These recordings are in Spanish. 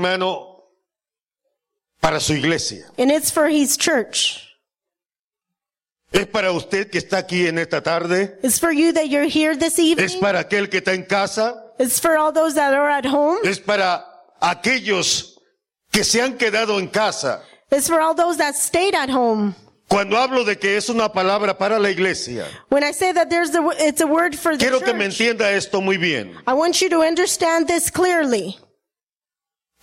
hermano, para su iglesia. and it's for his church. Es para usted que está aquí en esta tarde. It's for you that you're here this evening. Es para aquel que está en casa. It's for all those that are at home. Es para aquellos que se han quedado en casa. It's for all those that stayed at home. Cuando hablo de que es una palabra para la iglesia, When I say that there's the, it's a word for the quiero que me church. entienda esto muy bien. I want you to understand this clearly.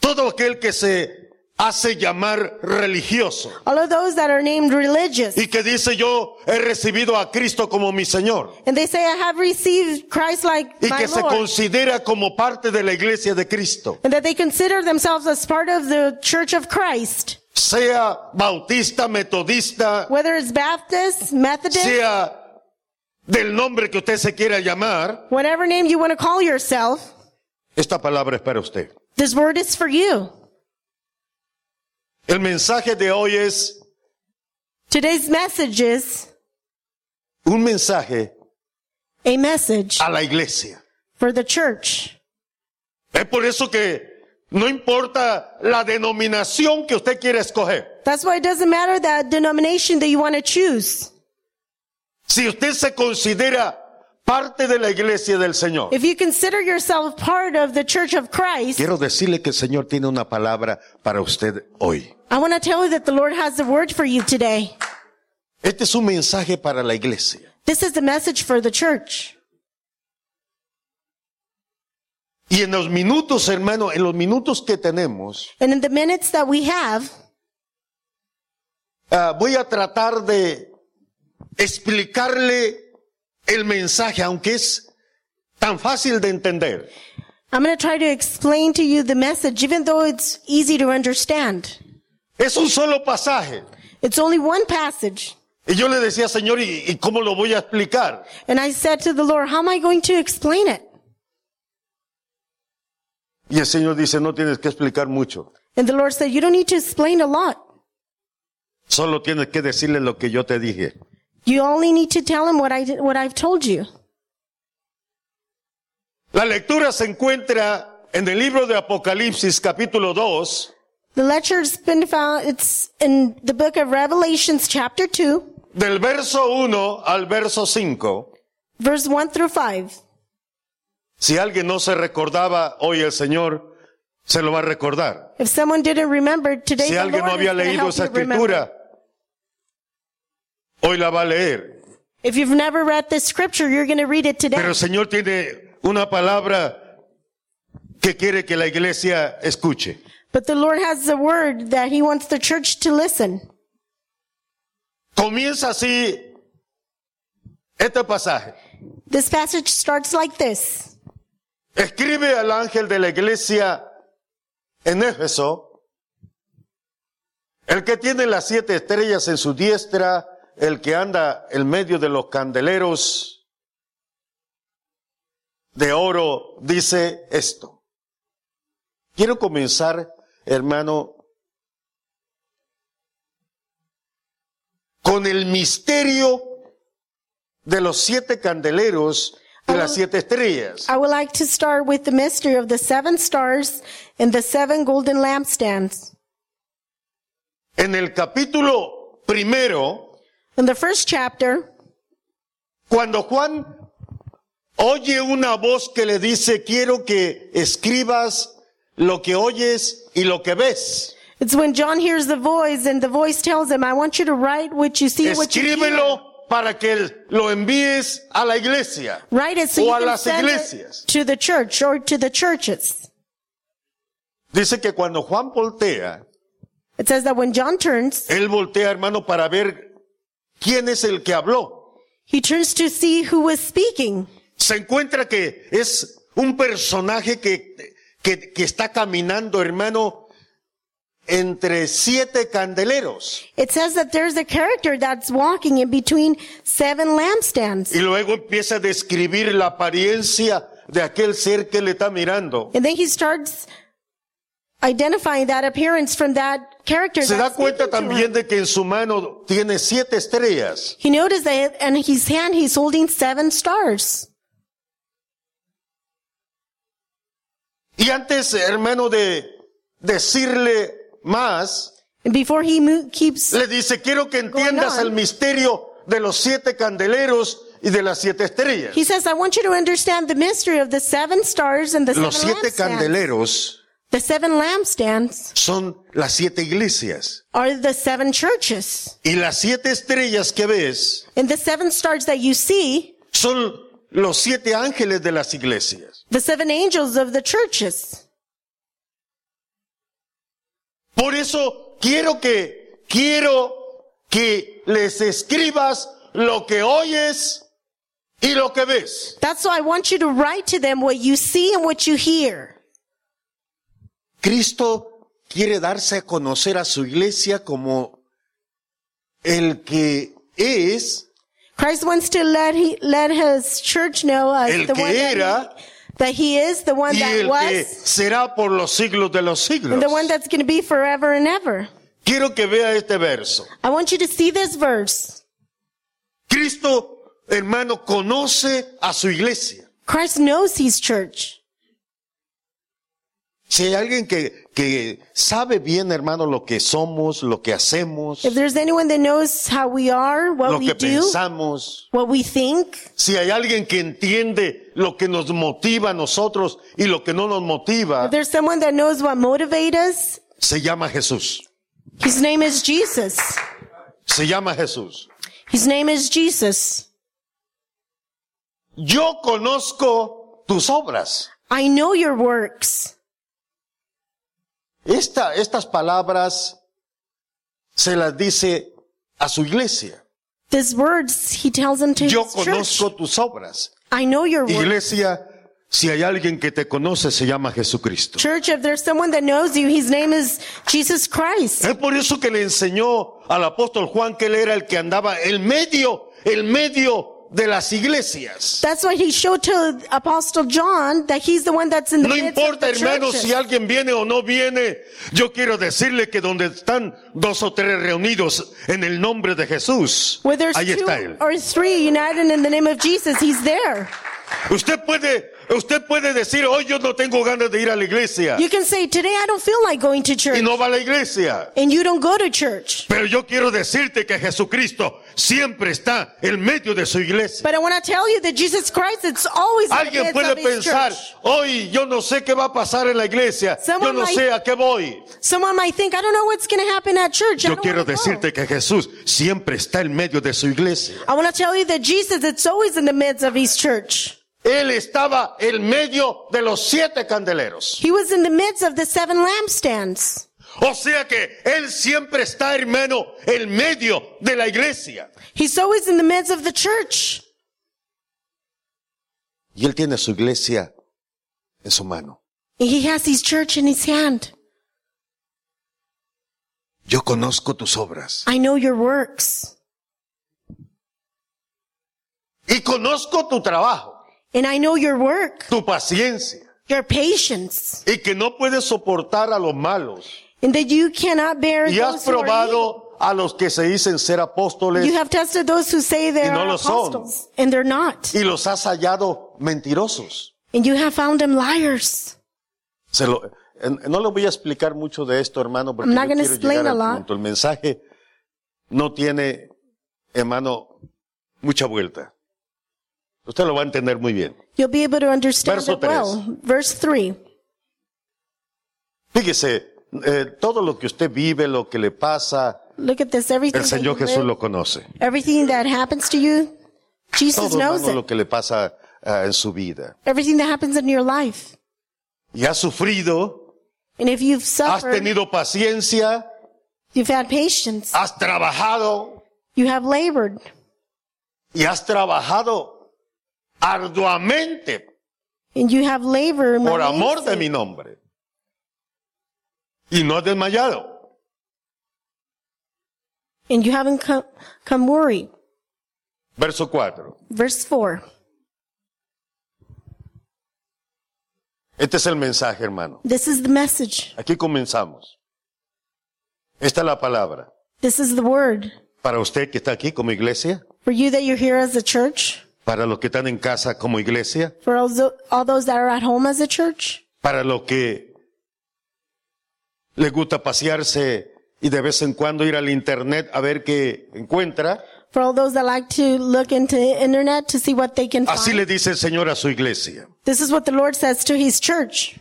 Todo aquel que se hace llamar religioso All of those that are named religious y que dice yo he recibido a Cristo como mi Señor and they say, I have received Christ like y my que se Lord. considera como parte de la iglesia de Cristo, And that they consider themselves as part of the church of Christ. sea bautista, metodista, Whether it's Baptist, Methodist, sea del nombre que usted se quiera llamar, whatever name you want to call yourself, esta palabra es para usted. this word is for you. El mensaje de hoy es Today's message is un mensaje a message a la iglesia. for the church. Es por eso que no importa la denominación que usted quiera escoger. That's why it doesn't matter that denomination that you want to choose. Si usted se considera parte de la iglesia del Señor, If you consider yourself part of the church of Christ, quiero decirle que el Señor tiene una palabra para usted hoy. I want to tell you that the Lord has a word for you today. Este es un mensaje para la iglesia. This is the message for the church. Y en los minutos, hermano, en los minutos que tenemos, And in the minutes that we have, ah, voy a tratar de explicarle el mensaje, aunque es tan fácil de entender. I'm going to try to explain to you the message, even though it's easy to understand. Es un solo pasaje. It's only one passage. Y yo le decía, Señor, ¿y, y cómo lo voy a explicar? And I said to the Lord, how am I going to explain it? Y el Señor dice, no tienes que explicar mucho, And the Lord said, you don't need to explain a lot. solo tienes que decirle lo que yo te dije. You only need to tell him what I, did- what I've told you. La lectura se encuentra en el libro de Apocalipsis capítulo 2, The lecture's been found, it's in the book of Revelations chapter 2, del verso 1 al verso 5. verse 1 through 5. Si alguien no se recordaba hoy el Señor, se lo va a recordar. If someone didn't remember, today Si the alguien no Lord is había gonna leído help esa you remember. escritura, hoy la va a leer. If you've never read this scripture, you're going to read it today. Pero el Señor tiene una palabra que quiere que la iglesia escuche. but the Lord has a word that he wants the church to listen. Comienza así este pasaje. This passage starts like this. Escribe al ángel de la iglesia en Éfeso, el que tiene las siete estrellas en su diestra, el que anda en medio de los candeleros de oro, dice esto. Quiero comenzar, hermano, con el misterio de los siete candeleros y las siete estrellas. I would like to start with the mystery of the seven stars and the seven golden lampstands. En el capítulo primero, In the first chapter, cuando Juan oye una voz que le dice, quiero que escribas lo que oyes y lo que ves. it's when John hears the voice and the voice tells him, I want you to write what you see, what you hear. Escríbelo para que lo envíes a la iglesia. Write it so O you a can las send it iglesias. to the church or to the churches. Dice que cuando Juan voltea, It says that when John turns, él voltea, hermano, para ver quién es el que habló. he turns to see who was speaking. Se encuentra que es un personaje que, que, que está caminando, hermano, entre siete candeleros. It says that there's a character that's walking in between seven lampstands. Y luego empieza a describir la apariencia de aquel ser que le está mirando. And then he starts identifying that appearance from that character. Se da that's speaking cuenta to también him. de que en su mano tiene siete estrellas. He noticed that and in his hand he's holding seven stars. Y antes, hermano, de, decirle más, And before he mo- keeps, le dice, quiero que entiendas on. el misterio de los siete candeleros y de las siete estrellas. he says, I want you to understand the mystery of the seven stars and the Los seven siete lampstands. candeleros The seven lampstands son las siete iglesias. are the seven churches. Y las siete estrellas que ves And the seven stars that you see, son los siete ángeles de las iglesias. the seven angels of the churches. Por eso quiero que, quiero que les escribas lo que oyes y lo que ves. That's why I want you to write to them what you see and what you hear. Cristo quiere darse a conocer a su iglesia como el que es, Christ wants to let he, let his church know as El the que one era that, he, that he is, the one y that el que was, será por los siglos de los and siglos. the one that's going to be forever and ever. Quiero que vea este verso. I want you to see this verse. Cristo, hermano, conoce a su iglesia. Christ knows his church. Si hay alguien que, que sabe bien, hermano, lo que somos, lo que hacemos, If there's anyone that knows how we are, what lo we que do, pensamos, what we think, si hay alguien que entiende lo que nos motiva a nosotros y lo que no nos motiva, if there's someone that knows what motivates us, se llama Jesús. his name is Jesus. Se llama Jesús. His name is Jesus. Yo conozco tus obras. I know your works. Esta, estas palabras se las dice a su iglesia. These words he tells them to Yo his church. conozco tus obras. I know your works. Iglesia, si hay alguien que te conoce, se llama Jesucristo. Church, if there's someone that knows you, his name is Jesus Christ. Es por eso que le enseñó al apóstol Juan que él era el que andaba en medio, el medio de las iglesias. That's why he showed to Apostle John that he's the one that's in the No midst importa, of the hermano, churches. si alguien viene o no viene. Yo quiero decirle que donde están dos o tres reunidos en el nombre de Jesús, Whether it's ahí two está él. or three united in the name of Jesus, he's there. Usted puede, usted puede decir, hoy yo no tengo ganas de ir a la iglesia You can say, today I don't feel like going to church. y no va a la iglesia. and you don't go to church. Pero yo quiero decirte que Jesucristo siempre está en medio de su iglesia. But I want to tell you that Jesus Christ, it's always in the Alguien midst puede of his pensar, church. hoy yo no sé qué va a pasar en la iglesia, yo Someone no might- sé a qué voy. Someone might think, I don't know what's going to happen at church. Yo I don't quiero wanna go." decirte que Jesús siempre está en medio de su iglesia. I want to tell you that Jesus, it's always in the midst of his church. Él estaba en medio de los siete candeleros. He was in the midst of the seven lampstands. O sea que Él siempre está, hermano, en medio de la iglesia. He's always in the midst of the church. Y Él tiene su iglesia en su mano. He has his church in his hand. Yo conozco tus obras. I know your works. Y conozco tu trabajo, And I know your work, tu paciencia. your patience, Y que no puedes soportar a los malos. and that you cannot bear Y has those who are evil. probado a los que se dicen ser You apóstoles have tested those who say they Y no are lo son. apostles, and they're not. y los has hallado mentirosos. And you have found them liars. Se lo- en- no le voy a explicar mucho de esto, hermano, porque yo I'm not gonna quiero llegar al explain a lot. punto. El mensaje no tiene, hermano, mucha vuelta. Usted lo va a entender muy bien. You'll be able to understand Verso it well. Verse 3. Fíjese, eh, todo lo que usted vive, lo que le pasa, Look at this. Everything, el that, you Señor Jesús live, lo conoce. everything that happens to you, Jesus Todo knows hermano, it. lo que le pasa ah, en su vida. Everything that happens in your life. Y has sufrido, And if you've has suffered, tenido paciencia, you've had patience, has trabajado you have labored, y has trabajado arduamente and you have labor. in my por name's amor de sake. mi nombre. Y no has desmayado. And you haven't come, come worry. Verso 4. Verse 4. Este es el mensaje, hermano. This is the message. Aquí comenzamos. Esta es la palabra. This is the word. Para usted que está aquí como iglesia, For you that you're here as a church, para los que están en casa como iglesia, for all, tho- all those that are at home as a church, para los que le gusta pasearse y de vez en cuando ir al internet a ver qué encuentra. For all those that like to look into the internet to see what they can Así find. le dice el Señor a su iglesia. This is what the Lord says to his church.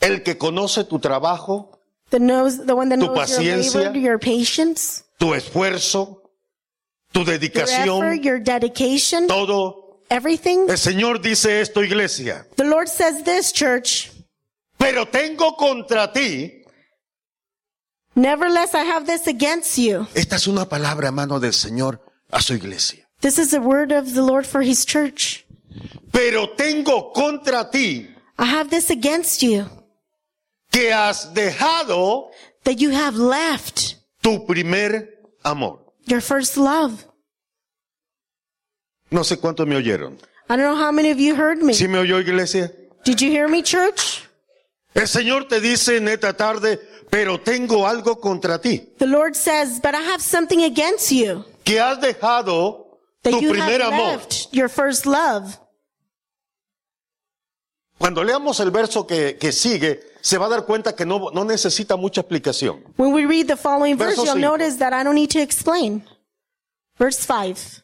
El que conoce tu trabajo, The knows, the one that Tu knows your paciencia. labor, your patience, tu esfuerzo, tu your effort, dedicación, your dedication, todo. everything. El Señor dice esto, iglesia. The Lord says this, church. Pero tengo contra ti, Nevertheless, I have this against you. esta es una palabra, mano del Señor, a su iglesia. This is the word of the Lord for his church. Pero tengo contra ti I have this against you que has dejado that you have left tu primer amor. your first love. No sé cuántos me oyeron. I don't know how many of you heard me. ¿Sí me oyó, iglesia? Did you hear me, church? El Señor te dice en esta tarde, pero tengo algo contra ti, The Lord says, but I have something against you que has dejado that tu you primer have amor. left your first love. Cuando leamos el verso que, que sigue, se va a dar cuenta que no, no necesita mucha explicación. When we read the following verse, Verso you'll cinco. notice that I don't need to explain. Verse 5.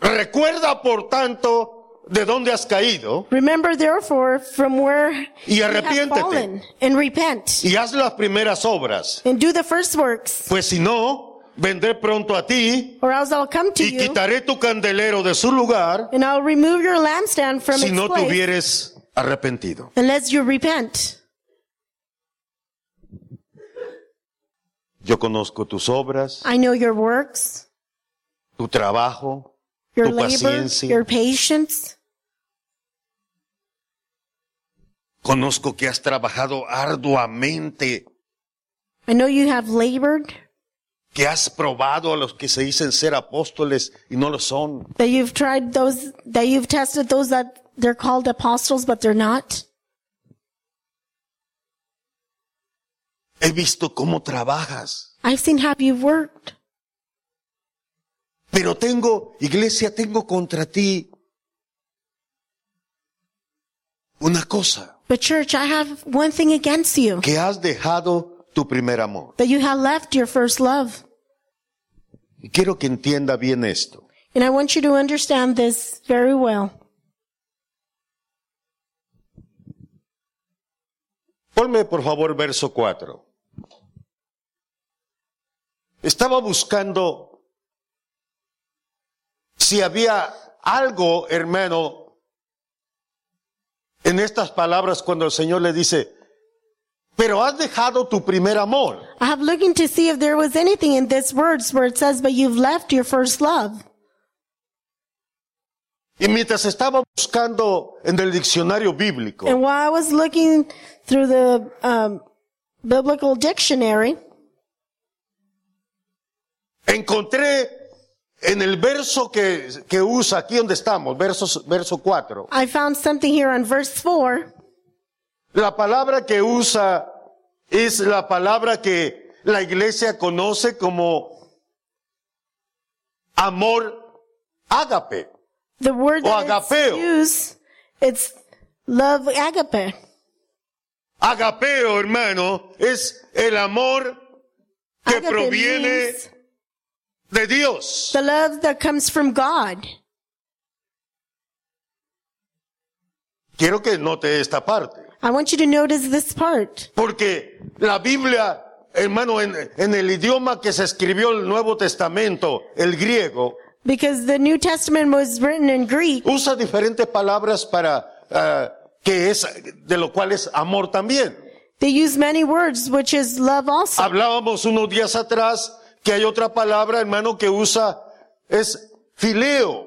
Recuerda, por tanto, de dónde has caído Remember therefore from where y you have arrepiéntete fallen and repent y haz las primeras obras, and do the first works pues si no, vendré pronto a ti or else I'll come to y you quitaré tu candelero de su lugar and I'll remove your lampstand from si its no te place hubieres arrepentido. unless you repent. Yo conozco tus obras, I know your works, tu trabajo, your Tu labor, paciencia. your patience. Conozco que has trabajado arduamente, I know you have labored, que has probado a los que se dicen ser apóstoles y no lo son, that you've tried those, that you've tested those that they're called apostles, but they're not. He visto cómo trabajas. I've seen how you've worked. Pero tengo, iglesia, tengo contra ti una cosa, But church, I have one thing against you, que has dejado tu primer amor. that you have left your first love. Y quiero que entienda bien esto. And I want you to understand this very well. Ponme por favor verso 4. Estaba buscando si había algo, hermano, en estas palabras cuando el Señor le dice, pero has dejado tu primer amor. I have looking to see if there was anything in this words where it says, but you've left your first love. Y mientras estaba buscando en el diccionario bíblico, And while I was looking through the um, biblical dictionary, encontré en el verso que, que usa aquí donde estamos, versos, verso 4. I found something here on verse 4. La palabra que usa es la palabra que la iglesia conoce como amor ágape. The O word that Oh, agapeo. it's used, it's love agape. Agapeo, hermano, es el amor que Agape proviene means de Dios. the love that comes from God. Quiero que note esta parte, I want you to notice this part. porque la Biblia, hermano, en, en el idioma que se escribió el Nuevo Testamento, el griego, Because the New Testament was written in Greek, usa diferentes palabras para ah, que es de lo cual es amor también. they use many words, which is love also. Hablábamos unos días atrás que hay otra palabra, hermano, que usa es fileo.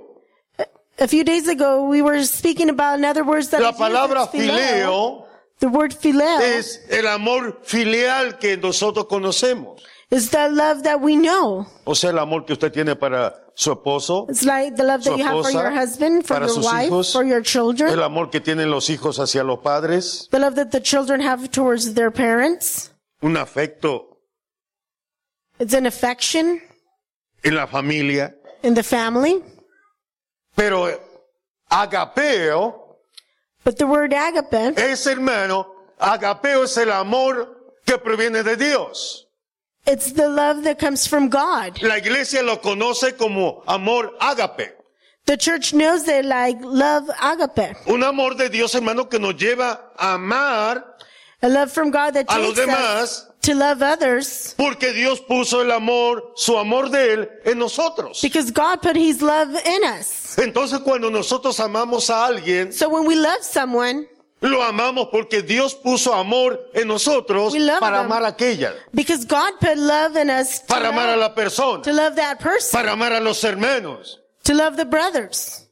A few days ago, we were speaking about another words that La is used, palabra it's phileo. fileo The word phileo es el amor filial que nosotros conocemos. is the love that we know. O sea, el amor que usted tiene para su esposo, It's like the love Su that you have for esposa, your husband, for para your sus wife, hijos, for your children. el amor que tienen los hijos hacia los padres, The love that the children have towards their parents. un afecto It's an affection en la familia. in the family. Pero eh, agapeo But the word agape Ese hermano, agapeo es el amor que proviene de Dios. It's the love that comes from God. La iglesia lo conoce como amor ágape. The church knows it like love agape, Un amor de Dios, hermano, que nos lleva a amar a love from God that a los takes us demás to love others porque Dios puso el amor, su amor de Él en nosotros. because God put His love in us. Entonces cuando nosotros amamos a alguien, So when we love someone, lo amamos porque Dios puso amor en nosotros We love para them. amar a aquella, because God put love in us to, para amar a love, la persona, to love that person, para amar a los hermanos. to love the brothers.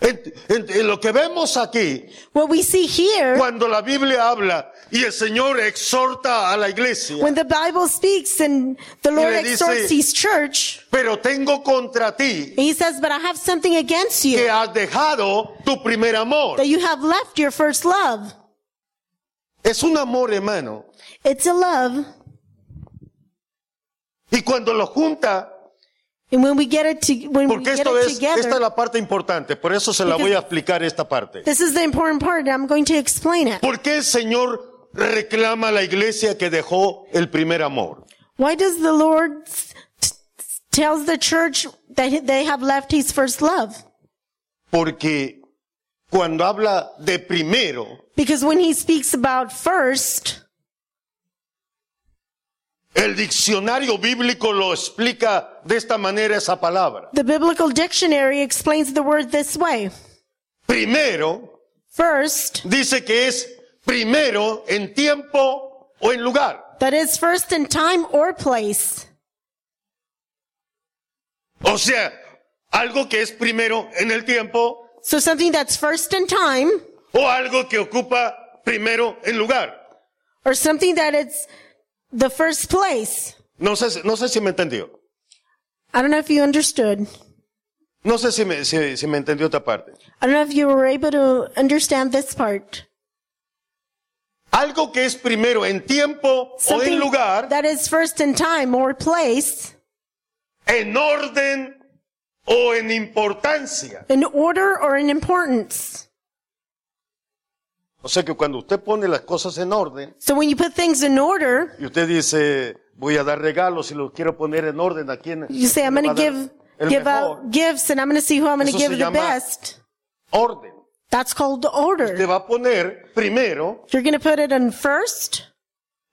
En- en- en lo que vemos aquí, What we see here, cuando la Biblia habla y el Señor exhorta a la iglesia, when the Bible speaks and the Lord le dice- exhorts His church, pero tengo contra ti He says, but I have something against que you, has dejado tu primer amor. that you have left your first love. Es un amor, hermano. It's a love. Y cuando lo junta, And when we get it to, when we porque get esto it es, together, esta es la parte importante, por eso se la Because- voy a explicar esta parte. this is the important part. and I'm going to explain it. ¿Por qué el Señor reclama a la iglesia que dejó el primer amor? Why does the Lord s- t- tells the church that he- they have left His first love? Porque cuando habla de primero, Because when He speaks about first, el diccionario bíblico lo explica de esta manera esa palabra. the biblical dictionary explains the word this way: Primero first, dice que es primero en tiempo o en lugar. that is first in time or place. O sea, algo que es primero en el tiempo So something that's first in time, o algo que ocupa primero en lugar. or something that it's the first place. No sé, si- no sé si me entendió. I don't know if you understood. No sé si me, si- si me entendió otra parte. I don't know if you were able to understand this part. Algo que es primero en tiempo o en lugar, that is first in time or place, en orden o en importancia. in order or in importance. O sea que cuando usted pone las cosas en orden So when you put things in order, y usted dice, voy a dar regalos y los quiero poner en orden a quien you say, I'm le va going a to dar give, el give mejor out gifts and I'm going to see who I'm going Eso to se give the llama- best. orden. That's called Usted order. va a poner primero You're going to put it in first,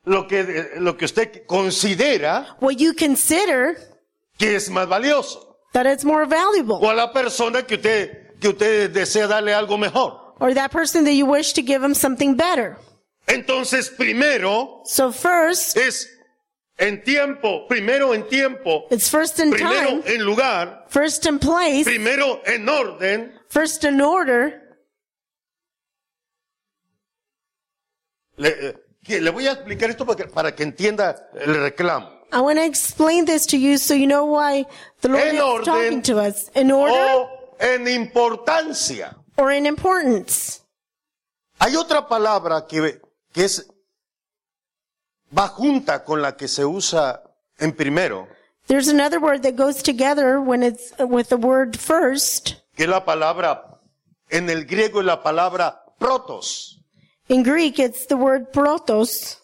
lo que, lo que usted considera what you consider que es más valioso that it's more valuable o a la persona que usted que usted desea darle algo mejor. or that person that you wish to give them something better. Entonces, primero So first, es en tiempo, primero en tiempo, it's first in primero eh, time, en lugar, first in place, primero en orden. first in order, Le, eh, que- le voy a explicar esto para que, para que entienda el reclamo. I want to explain this to you so you know why the Lord En is orden. Oh. talking to us in order O en importancia. or in importance. Hay otra palabra que, que es va junta con la que se usa en primero, There's another word that goes together when it's with the word first. que es la palabra, en el griego es la palabra protos. In Greek, it's the word protos.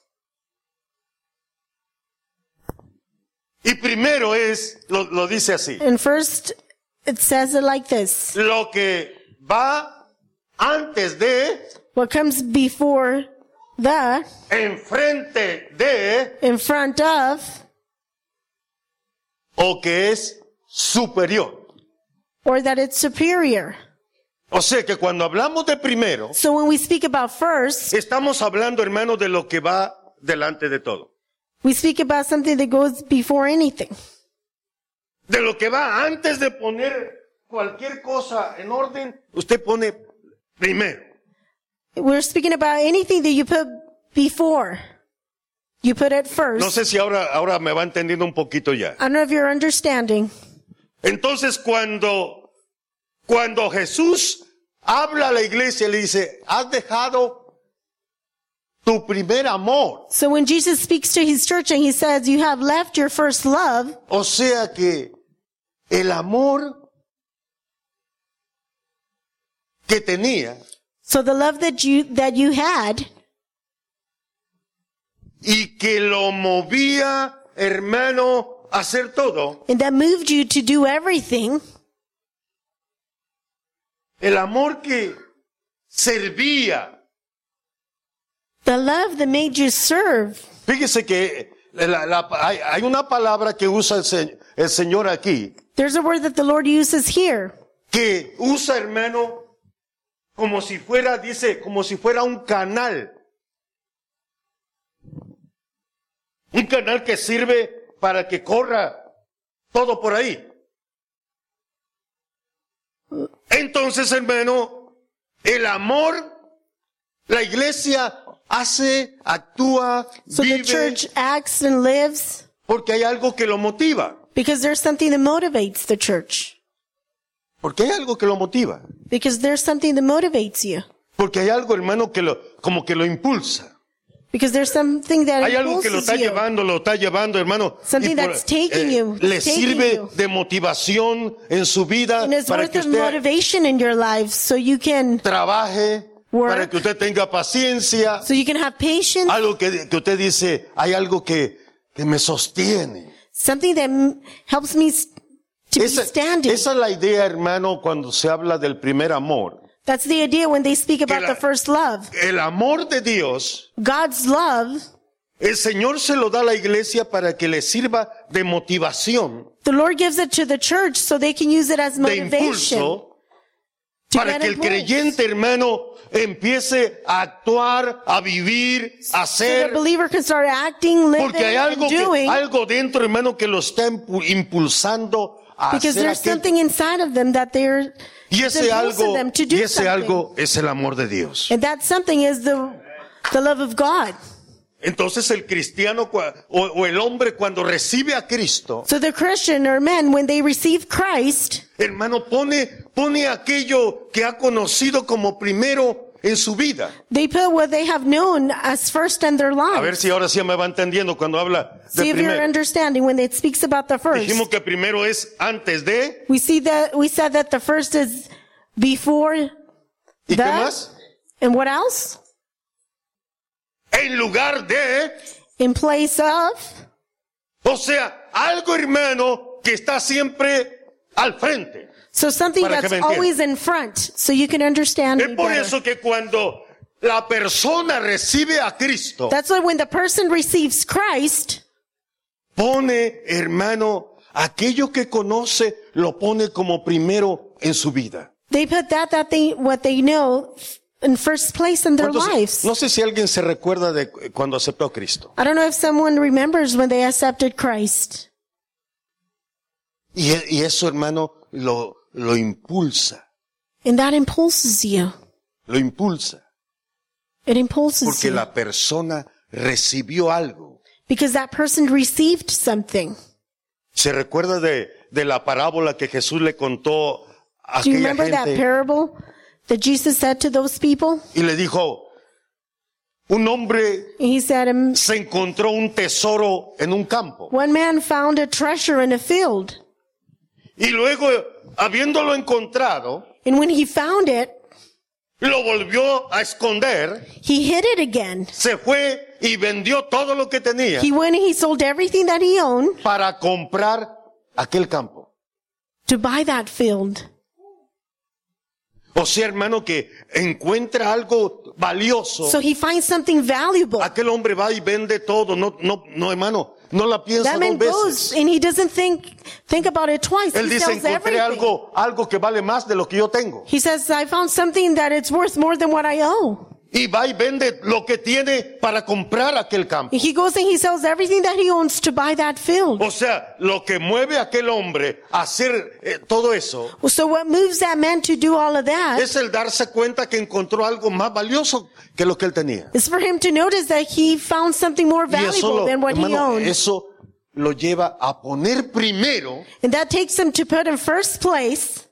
Y primero es, lo, lo dice así, And first, it says it like this. lo que va antes de, What comes before the, enfrente de, in front of, o que es superior. or that it's superior. O sea que cuando hablamos de primero, So when we speak about first, estamos hablando, hermano, de lo que va delante de todo. we speak about something that goes before anything. De lo que va antes de poner cualquier cosa en orden, usted pone primero. We're speaking about anything that you put before. You put it first. No sé si ahora, ahora me va entendiendo un poquito ya. I don't know if you're understanding. Entonces cuando, cuando Jesús habla a la iglesia, le dice, has dejado tu primer amor. So when Jesus speaks to his church and he says, you have left your first love, O sea que el amor que tenía So the love that you, that you had y que lo movía, hermano, a hacer todo. and that moved you to do everything, El amor que servía. the love that made you serve. Fíjese que la- la- hay, hay una palabra que usa el, se- el Señor aquí, There's a word that the Lord uses here. que usa, hermano, como si fuera, dice, como si fuera un canal. Un canal que sirve para que corra todo por ahí. Entonces, hermano, el amor, la iglesia hace, actúa, So the vive, church acts and lives porque hay algo que lo motiva. because there's something that motivates the church. Porque hay algo que lo motiva. Because there's something that motivates you. Porque hay algo, hermano, que lo, como que lo impulsa. Because there's something that Hay algo que lo impulses está you. llevando, lo está llevando, hermano. Something y eh, that's taking you, le taking sirve you. de motivación en su vida And it's para worth que of usted motivation in your life so you can, trabaje, Work. para que usted tenga paciencia. so you can have patience, Algo que, que usted dice, hay algo que, que me sostiene. something that m- helps me s- to be Esa, standing. esa es la idea, hermano, cuando se habla del primer amor. That's the idea when they speak about la- the first love. El amor de Dios, God's love, el Señor se lo da a la iglesia para que le sirva de motivación. the Lord gives it to the church so they can use it as de motivation. impulso to para get que el employed. creyente hermano empiece a actuar, a vivir, a so the hacer, believer can start acting, living, porque hay algo and que, doing. algo dentro hermano que lo está impu- impulsando a because hacer there's aquello. something inside of them that they're y ese that algo, impulses them to do y ese something. algo es el amor de Dios. And that something is the the love of God. Entonces el cristiano cua- o, o el hombre cuando recibe a Cristo, So the Christian or men, when they receive Christ, hermano pone pone aquello que ha conocido como primero en su vida. they put what they have known as first in their A ver lives. si ahora sí me va entendiendo cuando habla de See if you're primero. understanding when it speaks about the first. Dijimos que primero es antes de We see that we said that the first is before y qué that, más? and what else? En lugar de, In place of. o sea, algo hermano que está siempre al frente. So something Para que that's me entienda. always in front, so you can understand Es me por better. eso que cuando la persona recibe a Cristo, That's why when the person receives Christ, pone hermano aquello que conoce lo pone como primero en su vida. they put that that they what they know in first place in their ¿Cuántos- lives. no sé si alguien se recuerda de cu- cuando aceptó a Cristo. I don't know if someone remembers when they accepted Christ. Y, e- y eso hermano lo, lo impulsa, And that impulses you. lo impulsa. It impulses Porque you. la persona recibió algo. because that person received something. ¿Se recuerda de, de la parábola que Jesús le contó a Do aquella you remember that gente? parable that Jesus said to those people? Y le dijo, un hombre He said, um, se encontró un tesoro en un campo. One man found a treasure in a field. Y luego, habiéndolo encontrado, And when he found it, lo volvió a esconder, he hid it again. se fue y vendió todo lo que tenía He went and he sold everything that he owned para comprar aquel campo. to buy that field. O sea, hermano, que encuentra algo valioso. So he finds something valuable. Aquel hombre va y vende todo, no, no, no, hermano, no la piensa That man dos goes veces. and he doesn't think think about it twice. Él He dice, sells encontré everything. algo, algo que vale más de lo que yo tengo. He says, I found something that it's worth more than what I owe. Y va y vende lo que tiene para comprar aquel campo. He goes and he sells everything that he owns to buy that field. O sea, lo que mueve a aquel hombre a hacer eh, todo eso So what moves that man to do all of that es el darse cuenta que encontró algo más valioso que lo que él tenía. is for him to notice that he found something more Y eso valuable lo, than what he hermano, owned. eso lo lleva a poner primero And that takes him to put in first place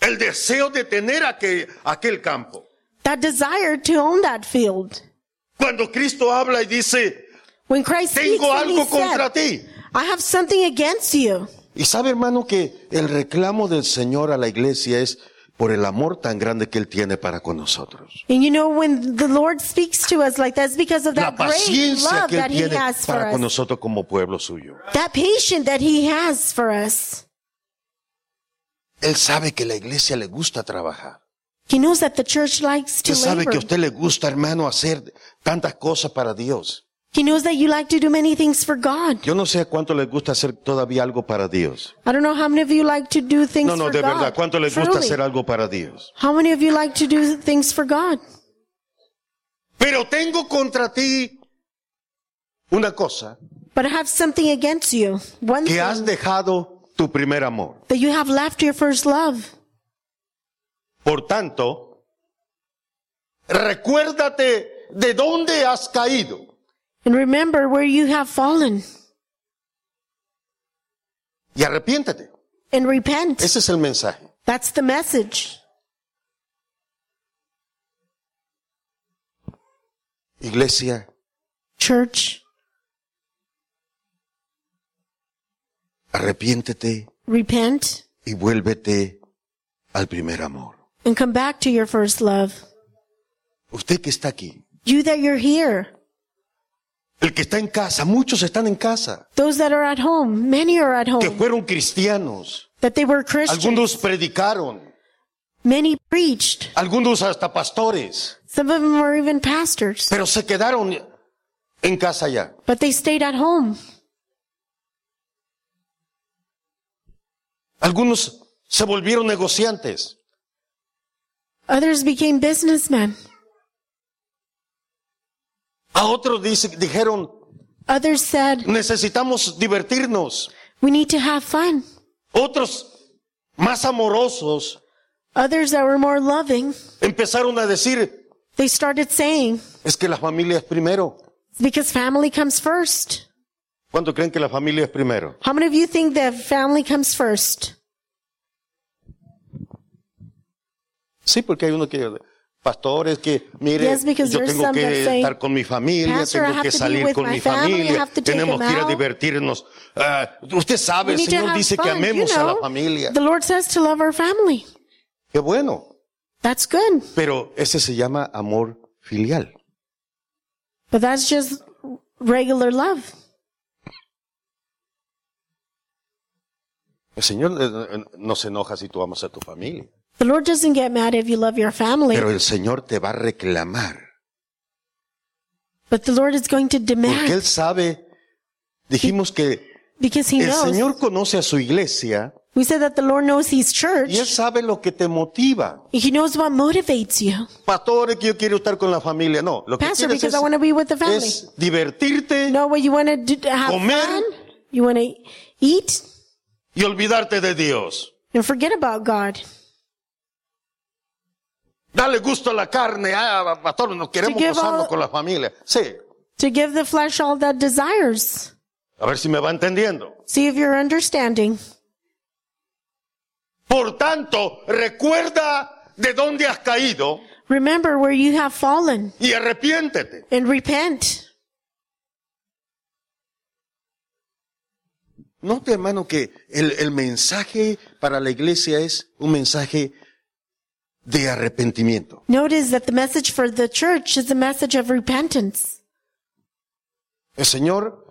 el deseo de tener aquel, aquel campo. that desire to own that field. Cuando Cristo habla y dice, When Christ speaks, tengo and he algo contra said, ti. I have something against you. Y sabe, hermano, que el reclamo del Señor a la iglesia es, por el amor tan grande que Él tiene para con nosotros. And you know, when the Lord speaks to us like that, it's because of La that great paciencia love que Él that He tiene has for para con us. nosotros como pueblo suyo. That patience that He has for us. Él sabe que la iglesia le gusta trabajar. He knows that the church likes to Él sabe que a labor. usted le gusta, hermano, hacer tantas cosas para Dios. He knows that you like to do many things for God. Yo no sé cuánto les gusta hacer todavía algo para Dios. I don't know how many of you like to do things No, no, for de God. verdad, ¿cuánto les gusta Truly. hacer algo para Dios? How many of you like to do things for God? Pero tengo contra ti una cosa, But I have something against you. One que thing has dejado tu primer amor. that you have left your first love. Por tanto, recuérdate de dónde has caído And remember where you have fallen y arrepiéntete. and repent. Ese es el mensaje. That's the message. Iglesia, Church, arrepiéntete repent y vuélvete al primer amor. and come back to your first love. Usted que está aquí, You that you're here, el que está en casa, muchos están en casa, those that are at home, many are at que home, fueron cristianos, that they were Christians. algunos predicaron, Many preached. algunos hasta pastores, Some of them were even pastors, pero se quedaron en casa ya. but they stayed at home. Algunos se volvieron negociantes, Others became businessmen. a otros dice- dijeron, Others said, necesitamos divertirnos. we need to have fun. Otros más amorosos Others that were more loving, empezaron a decir, they started saying, es que la familia es primero. it's because family comes first. ¿Cuánto creen que la familia es primero? How many of you think that family comes first? Sí, porque hay uno que pastores que mire, Yes, because yo there's tengo some que that say, estar con mi familia, "Pastor, I tengo have que to be salir with con my mi family, I familia, have to take tenemos them que ir a out. divertirnos. Ah, usted sabe, We el need to Señor have dice que fun. You amemos a la know, familia. the Lord says to love our family. Qué bueno, That's good. pero ese se llama amor filial. But that's just regular love. El Señor eh, eh, no se enoja si tú amas a tu familia, The Lord doesn't get mad if you love your family, pero el Señor te va a reclamar. but the Lord is going to Porque Él demand sabe, dijimos que because He el knows. Señor conoce a su iglesia We said that the Lord knows His y Él church. sabe lo que te motiva. He knows what motivates you. Pastores, que yo quiero estar con la familia. No, lo que Pastor, quieres because I want to es, be with the family. es divertirte No, what you want to do, have Comer. fun, you want to eat y olvidarte de Dios. and forget about God. Dale gusto a la carne. Ah, pastor, nos queremos give pasarnos all- con la familia. Sí, To give the flesh all that desires. a ver si me va entendiendo. See if you're understanding. Por tanto, recuerda de dónde has caído Remember where you have fallen y arrepiéntete. and repent. Note, hermano, que el, el mensaje para la iglesia es un mensaje de arrepentimiento. Notice that the message for the church is a message of repentance. El Señor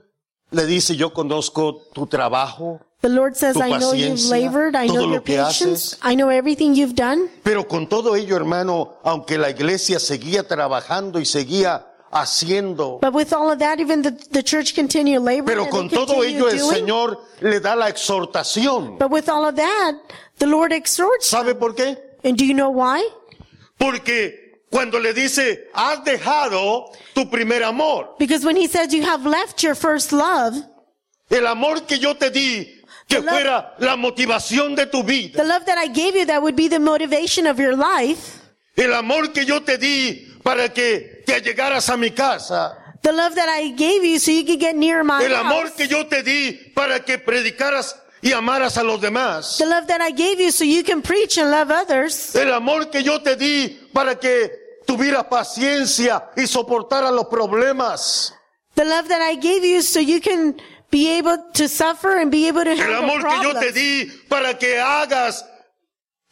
le dice, yo conozco tu trabajo, The Lord says, Tu I know you've paciencia, labored, I todo know lo your que patience, haces." I know everything you've done. Pero con todo ello, hermano, aunque la iglesia seguía trabajando y seguía haciendo, But with all of that, even the, the church continue laboring pero and con they todo continue ello el doing. Señor le da la exhortación. But with all of that, the Lord exhorts. ¿Sabe por qué? And do you know why? Porque cuando le dice, has dejado tu primer amor, Because when he says you have left your first love, el amor que yo te di, que Hello. fuera la motivación de tu vida, the love that I gave you that would be the motivation of your life, el amor que yo te di para que te llegaras a mi casa, the love that I gave you so you could get near my el amor house, que yo te di para que predicaras y amaras a los demás. the love that I gave you so you can preach and love others, El amor que yo te di para que tuvieras paciencia y soportaras los problemas. the love that I gave you so you can be able to suffer and be able to El handle amor que yo te problems, di para que hagas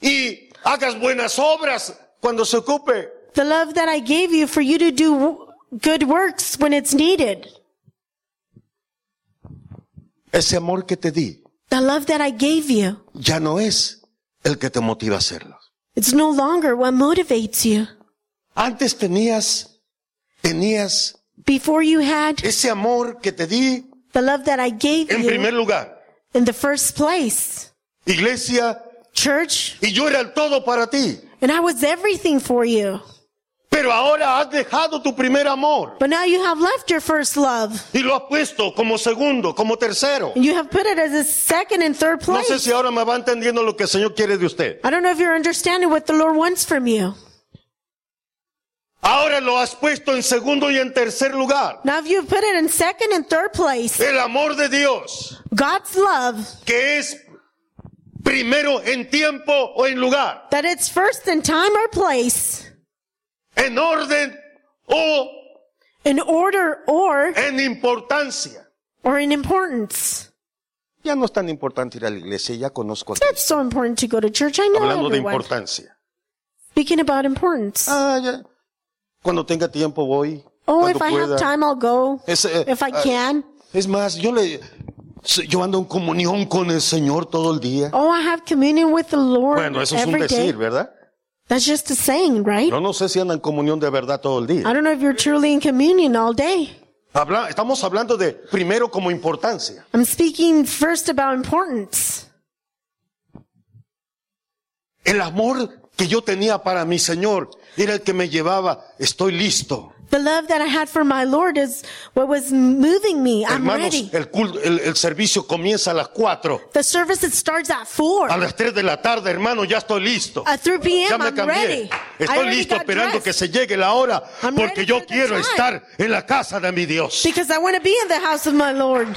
y Hagas buenas obras cuando se ocupe. The love that I gave you for you to do w- good works when it's needed. Ese amor que te di The love that I gave you, ya no es el que te motiva a hacerlo. it's no longer what motivates you. Antes tenías, tenías Before you had ese amor que te di the love that I gave en primer you lugar. in the first place, Iglesia, church, y yo era el todo para ti. and I was everything for you. Pero ahora has dejado tu primer amor But now you have left your first love. y lo has puesto como segundo, como tercero. And you have put it as a second and third No sé place. si ahora me va entendiendo lo que el Señor quiere de usted. I don't know if you're understanding what the Lord wants from you. Ahora lo has puesto en segundo y en tercer lugar. Now if you've put it in second and third place, El amor de Dios, God's love, que es primero en tiempo o en lugar, that it's first in time or place, en orden o in order or, en importancia. or in importance. Ya no es tan importante ir a la iglesia, ya conozco a That's so important to go to church. I know Hablando de everyone. importancia. Speaking about importance. Ah, ya. Cuando tenga tiempo voy. Oh, cuando if I have pueda. time, I'll go. Es, eh, If I ah, can. Es más, yo le yo ando en comunión con el Señor todo el día. Oh, I have communion with the Lord Bueno, eso es un Oh, every day. decir, ¿verdad? That's just a saying, right? Yo no sé si anda en comunión de verdad todo el I día. don't know if you're truly in communion all day. Habla- estamos hablando de primero como importancia. I'm speaking first about importance. El amor que yo tenía para mi Señor era el que me llevaba, estoy listo. The love that I had for my Lord is what was moving me. I'm Hermanos, eh. ready. el, cul- el- el servicio comienza a las 4. The service that starts at 4. A las 3 de la tarde, hermano, ya estoy listo. At 3 Ya p.m., me I'm cambié. ready. I Estoy already listo got esperando que dressed se llegue la hora I'm porque ready yo for the quiero time. estar en la casa de mi Dios. Because I want to be in the house of my Lord.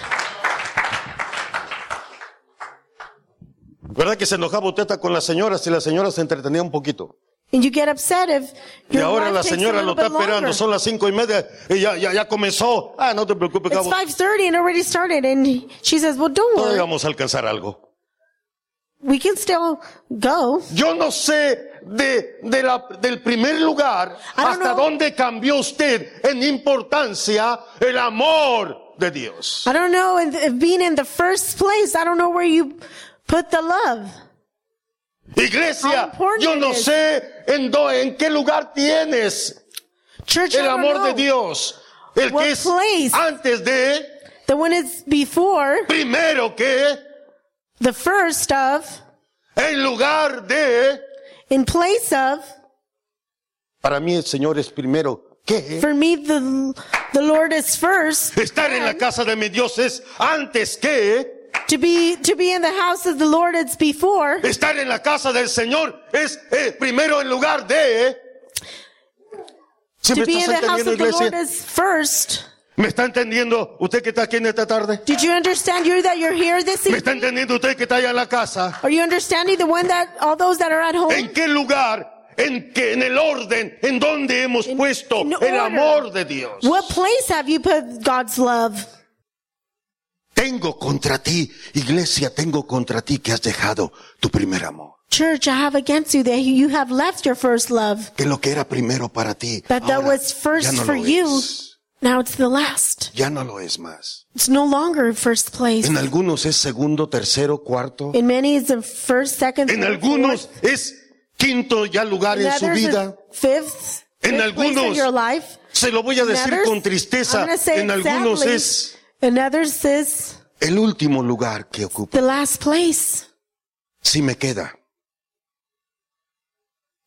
¿Verdad que se enojaba usted hasta con las señoras y las señoras se entretenía un poquito? And you get upset if Y your ahora wife la takes a señora lo little está bit esperando, longer. son las cinco y media y ya, ya, ya comenzó. Ah, no te preocupes, It's cabo. 5.30 and already started. And she says, well, don't Todavía worry. vamos a alcanzar algo. We can still go. Yo no sé de, de la- del primer lugar I don't hasta know. dónde cambió usted en importancia el amor de Dios. I don't know. And th- being in the first place, I don't know where you put the love. How Iglesia, important yo no it is. sé en, do- en qué lugar tienes Church, I el don't amor de know. Dios. El What que es place? antes de, The one is before, primero que, the first of, en lugar de. in place of. Para mí el Señor es primero que For me, the, the Lord is first. estar en la casa de mi Dios es antes que To be, to be in the house of the Lord, it's before. estar en la casa del Señor es eh, primero en lugar de. ¿Sí me To be in estás the house entendiendo, of the Lord iglesia? is first. ¿Me está entendiendo usted que está aquí en esta tarde? Did you understand you that you're here this ¿Me está evening? entendiendo usted que está allá en la casa? Are you understanding the one that, all those that are at home? ¿En qué lugar? ¿En qué? ¿En el orden? ¿En dónde hemos puesto in el order. amor de Dios? What place have you put God's love? Tengo contra ti, iglesia, tengo contra ti que has dejado tu primer amor. Church, I have against you that you have left your first love. que lo que era primero para ti That that ahora was first ya no for lo you. es. Now it's the last. Ya no lo es más. It's no longer first place. En algunos es segundo, tercero, cuarto. In many, it's the first, second, En third, algunos fourth. es quinto ya lugar In en su others, vida. it's fifth. En fifth place in algunos- your life. Se lo voy a In decir others, con tristeza. I'm gonna say En it algunos sadly. es In others, is el último lugar que ocupa. the last place. Si me queda.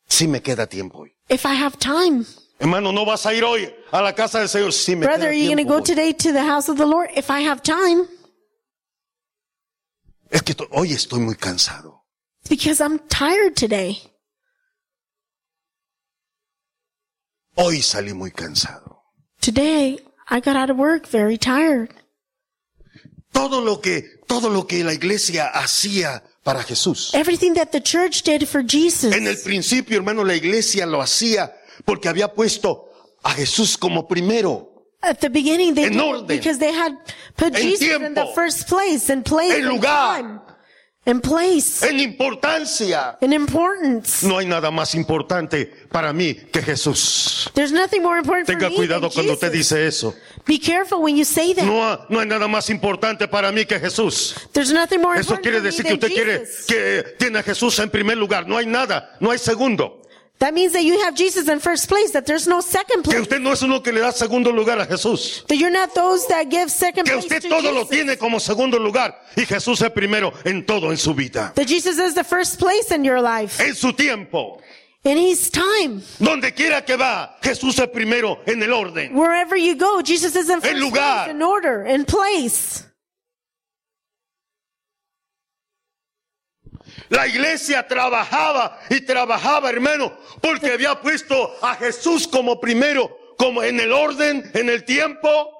Si me queda tiempo hoy. If I have time, Hermano, no vas a ir hoy a la casa del Señor. Si me brother, are queda you going to tiempo go hoy. today to the house of the Lord? If I have time, Es que to- hoy estoy muy cansado. it's because I'm tired today. Hoy salí muy cansado. Today, I got out of work very tired. todo lo que todo lo que la iglesia hacía para Jesús. Everything that the church did for Jesus. En el principio, hermano, la iglesia lo hacía porque había puesto a Jesús como primero, At the beginning, they En did orden. because they had put En Jesus in tiempo. the first place and place En and lugar. time. in place, en importancia. in importance. No hay nada más importante para mí que Jesús. There's nothing more important for Tenga me than cuidado cuando usted Jesus. dice eso. Be careful when you say that. No, ha- no hay nada más importante para mí que Jesús. There's nothing more Eso important quiere for me decir que than usted quiere Jesus. que tiene a Jesús en primer lugar. No hay nada, no hay segundo. That means that you have Jesus in first place, that there's no second Que place, usted no es uno que le da segundo lugar a Jesús. that you're not those that give second Que place usted to todo lo Jesus. tiene como segundo lugar y Jesús es primero en todo en su vida. That Jesus is the first place in your life. En su tiempo, In his time. donde quiera que va, Jesús es primero en el orden. Wherever you go, Jesus is in first lugar. place, in order, in place. La iglesia trabajaba y trabajaba, hermano, porque había puesto a Jesús como primero, como en el orden, en el tiempo.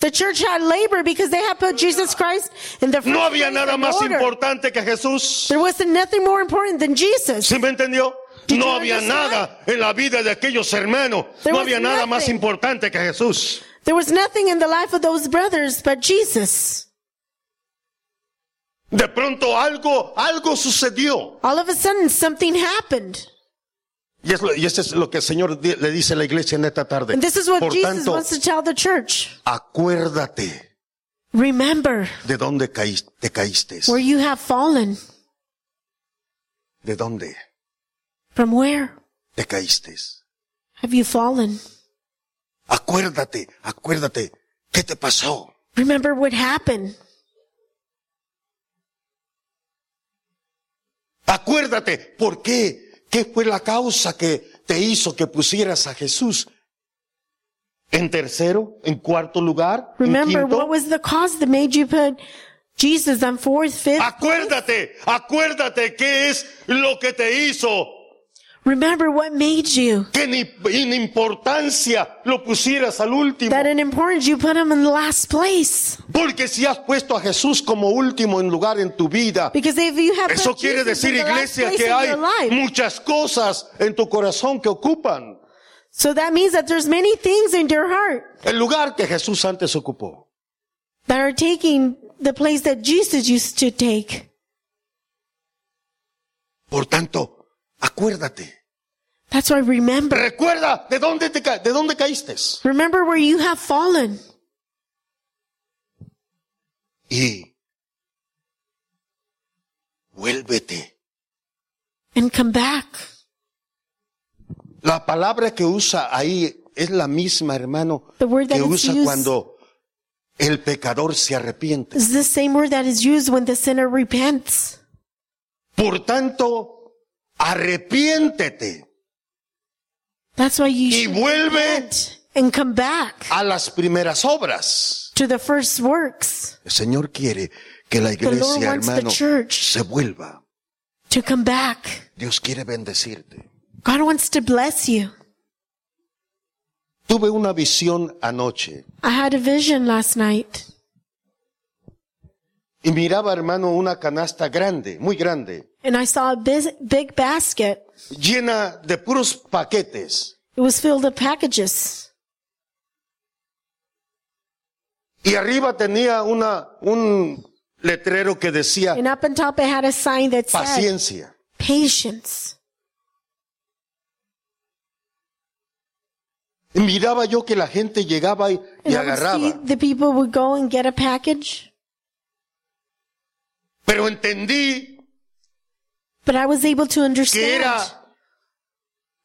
The church had labor because they had put Jesus Christ in the first No había place nada in más order. importante que Jesús. There wasn't nothing more important than Jesus. ¿Sí me entendió? Did No you había understand? nada en la vida de aquellos hermanos. There No was había nada nothing. más importante que Jesús. There was nothing in the life of those brothers but Jesus. De pronto algo, algo sucedió. All of a sudden, something happened. Y, es lo- y eso es lo que el Señor di- le dice a la iglesia en esta tarde. And this is what Por Jesus tanto, wants to tell the church. acuérdate Remember de dónde caíste, te caíste. where you have fallen. ¿De dónde From where te caíste? have you fallen? Acuérdate, acuérdate. ¿Qué te pasó? Remember what happened. Acuérdate, ¿por qué? ¿Qué fue la causa que te hizo que pusieras a Jesús en tercero, en cuarto lugar? en Remember quinto? what was the cause that made you put Jesus on fourth, fifth? Ah. Acuérdate, acuérdate qué es lo que te hizo Remember what made you que ni en importancia lo pusieras al último. that in importance you put him in the last place. Porque si has puesto a Jesús como último en lugar en tu vida, Because if you have eso put quiere Jesus decir, in the last iglesia, place que in hay your life, muchas cosas en tu corazón que ocupan so that means that there's many things in your heart el lugar que Jesús antes ocupó. that are taking the place that Jesus used to take. Por tanto, acuérdate. That's why remember. Recuerda de dónde te ca- de dónde caíste Remember where you have fallen. y vuélvete. and come back. La palabra que usa ahí es la misma, hermano, The word that que is usa used- cuando el pecador se arrepiente. It's the same word that is used when the sinner repents. Por tanto, arrepiéntete That's why you y should vuelve repent and come back a las primeras obras. to the first works El Señor quiere que la Lord iglesia, wants the hermano, church- se vuelva. to come back. Dios quiere bendecirte. God wants to bless you. Tuve una visión anoche. I had a vision last night Y miraba, hermano, una canasta grande, muy grande, and I saw a big, big basket. llena de puros paquetes. It was filled with packages Y arriba tenía una, un letrero que decía and up on top it had a sign that said paciencia. patience. Y miraba yo que la gente llegaba y, y And I would see agarraba. the people would go and get a package, Pero entendí but I was able to que understand era,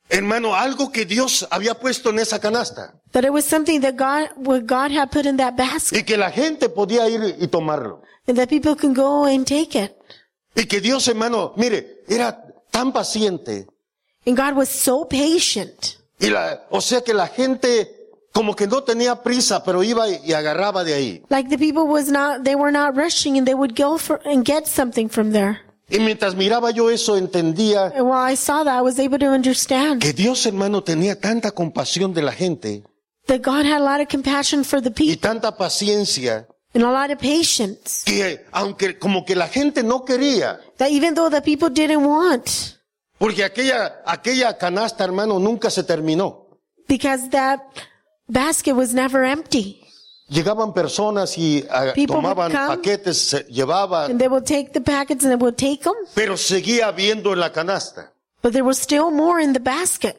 hermano, algo que Dios había puesto en esa canasta. that it was something that God, what God had put in that basket. Y que la gente podía ir y tomarlo. and that people can go and take it. Y que Dios, hermano, mire, era tan paciente. And God was so patient. Y la, o sea que la gente como que no tenía prisa, pero iba y, y agarraba de ahí. Like the people was not, they were not rushing and they would go for, and get something from there. Y mientras miraba yo eso, entendía And while I saw that, I was able to understand que Dios, hermano, tenía tanta compasión de la gente that God had a lot of compassion for the y people tanta paciencia and a lot of patience. que aunque como que la gente no quería, That even though the people didn't want, porque aquella, aquella canasta, hermano, nunca se terminó. because that basket was never empty. Llegaban personas y ah, People would tomaban come. paquetes, se llevaban, And they would take the packets and they would take them, pero seguía viendo en la canasta. but there was still more in the basket.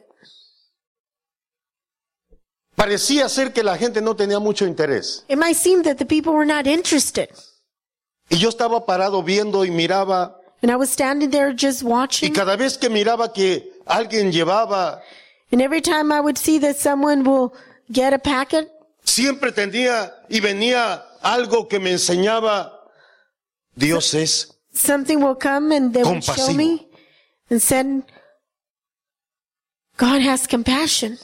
Parecía ser que la gente no tenía mucho interés. It might seem that the people were not interested. Y yo estaba parado viendo y miraba, And I was standing there just y watching. cada vez que miraba que alguien llevaba, And every time I would see that someone will get a packet, siempre tenía y venía algo que me enseñaba, Dios es something will come and they would show Compasivo. me and said, God has compassion.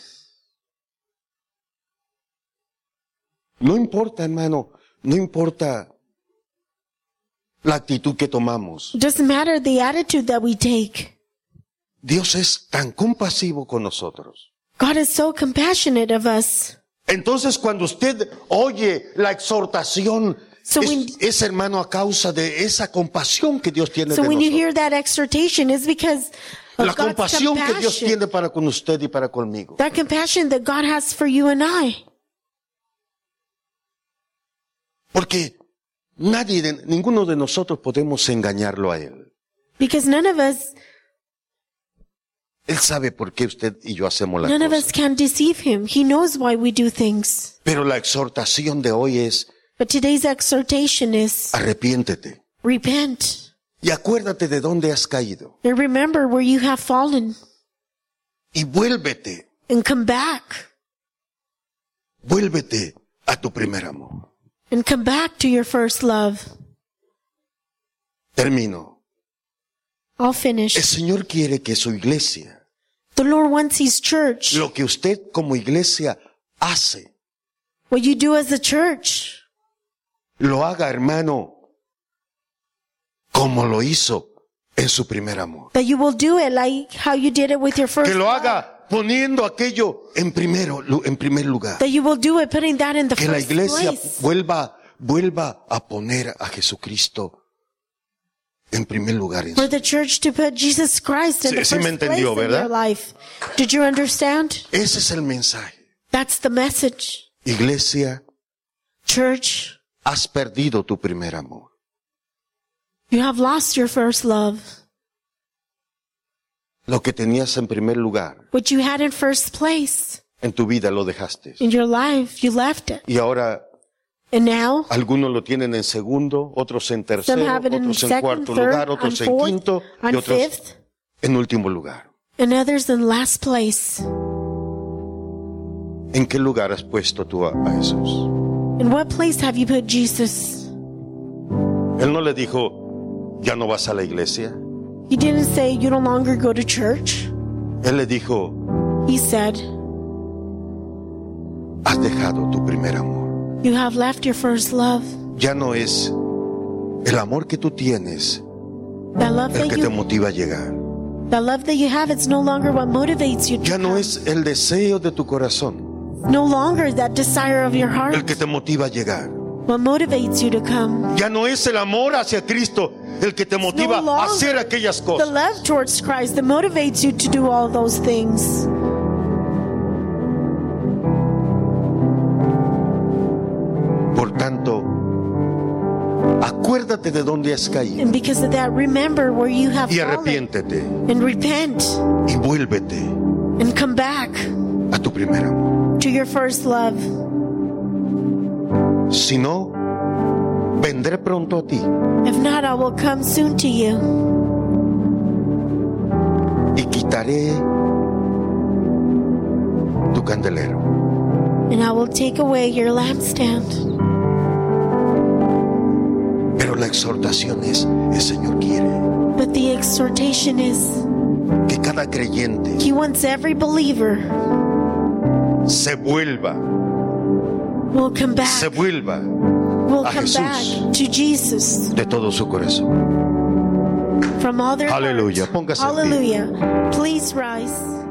No importa, hermano, no importa la actitud que tomamos. It doesn't matter the attitude that we take. Dios es tan compasivo con nosotros. God is so compassionate of us. Entonces, cuando usted oye la exhortación, So es, when- es, hermano a causa de esa compasión que Dios tiene So de when you nosotros. hear that exhortation, it's because of La God's compasión que Dios compassion. tiene para con usted y para conmigo. That compassion that God has for you and I. Porque nadie, de- ninguno de nosotros podemos engañarlo a Él. Because none of us, Él sabe por qué usted y yo hacemos las none of cosas. us can deceive him. He knows why we do things. Pero la exhortación de hoy es, But today's exhortation is arrepiéntete repent y acuérdate de dónde has caído and remember where you have fallen y vuélvete, and come back vuélvete a tu primer amor. and come back to your first love. Termino. I'll El finish. Señor quiere que su iglesia, The Lord wants his church. lo que usted como iglesia hace, What you do as a church, lo haga, hermano, como lo hizo en su primer amor. that you will do it like how you did it with your first Que lo love. haga poniendo aquello en primero, lu- en primer lugar. That you will do it putting that in the Que la first iglesia place. vuelva, vuelva a poner a Jesucristo en primer lugar. en For su- the church to put Jesus Christ in Sí, the sí first me entendió, place in ¿verdad? their life. Did you understand? Ese es el mensaje. That's the message. Iglesia, Church, has perdido tu primer amor. you have lost your first love. Lo que tenías en primer lugar What you had in first place en tu vida lo dejaste. in your life, you left it. Y ahora And now algunos lo tienen en segundo, otros en some tercero, have it in otros en second, cuarto third, lugar, on otros en quinto fourth, y on otros fifth, en último lugar. and others in last place. ¿En qué lugar has puesto tú a, a Jesús? In what place have you put Jesus? Él no le dijo, ya no vas a la iglesia. He didn't say you no longer go to church. Él le dijo, He said has dejado tu primer amor. you have left your first love. Ya no es el amor que tú tienes That love el that que te you motiva a llegar. The love that you have is no longer what motivates you. Ya no es el deseo de tu corazón. No longer that desire of your el heart. que te motiva a llegar. What motivates you to come. Ya no es el amor hacia Cristo el que te motiva a hacer aquellas The cosas. love towards Christ that motivates you to do all those things. Por tanto, acuérdate de dónde has caído And because of that, remember where you have y fallen. arrepiéntete And repent. y vuélvete And come back a tu primer amor. to your first love. Si no, vendré pronto a ti If not, I will come soon to you. y quitaré tu candelero. And I will take away your lampstand. Pero la exhortación es, el Señor quiere But the exhortation is que cada creyente He wants every believer se vuelva, will come se back. vuelva Will a come Jesús. back to Jesus. de todo su corazón. from all their Aleluya. heart. Póngase en pie. Hallelujah. Please rise.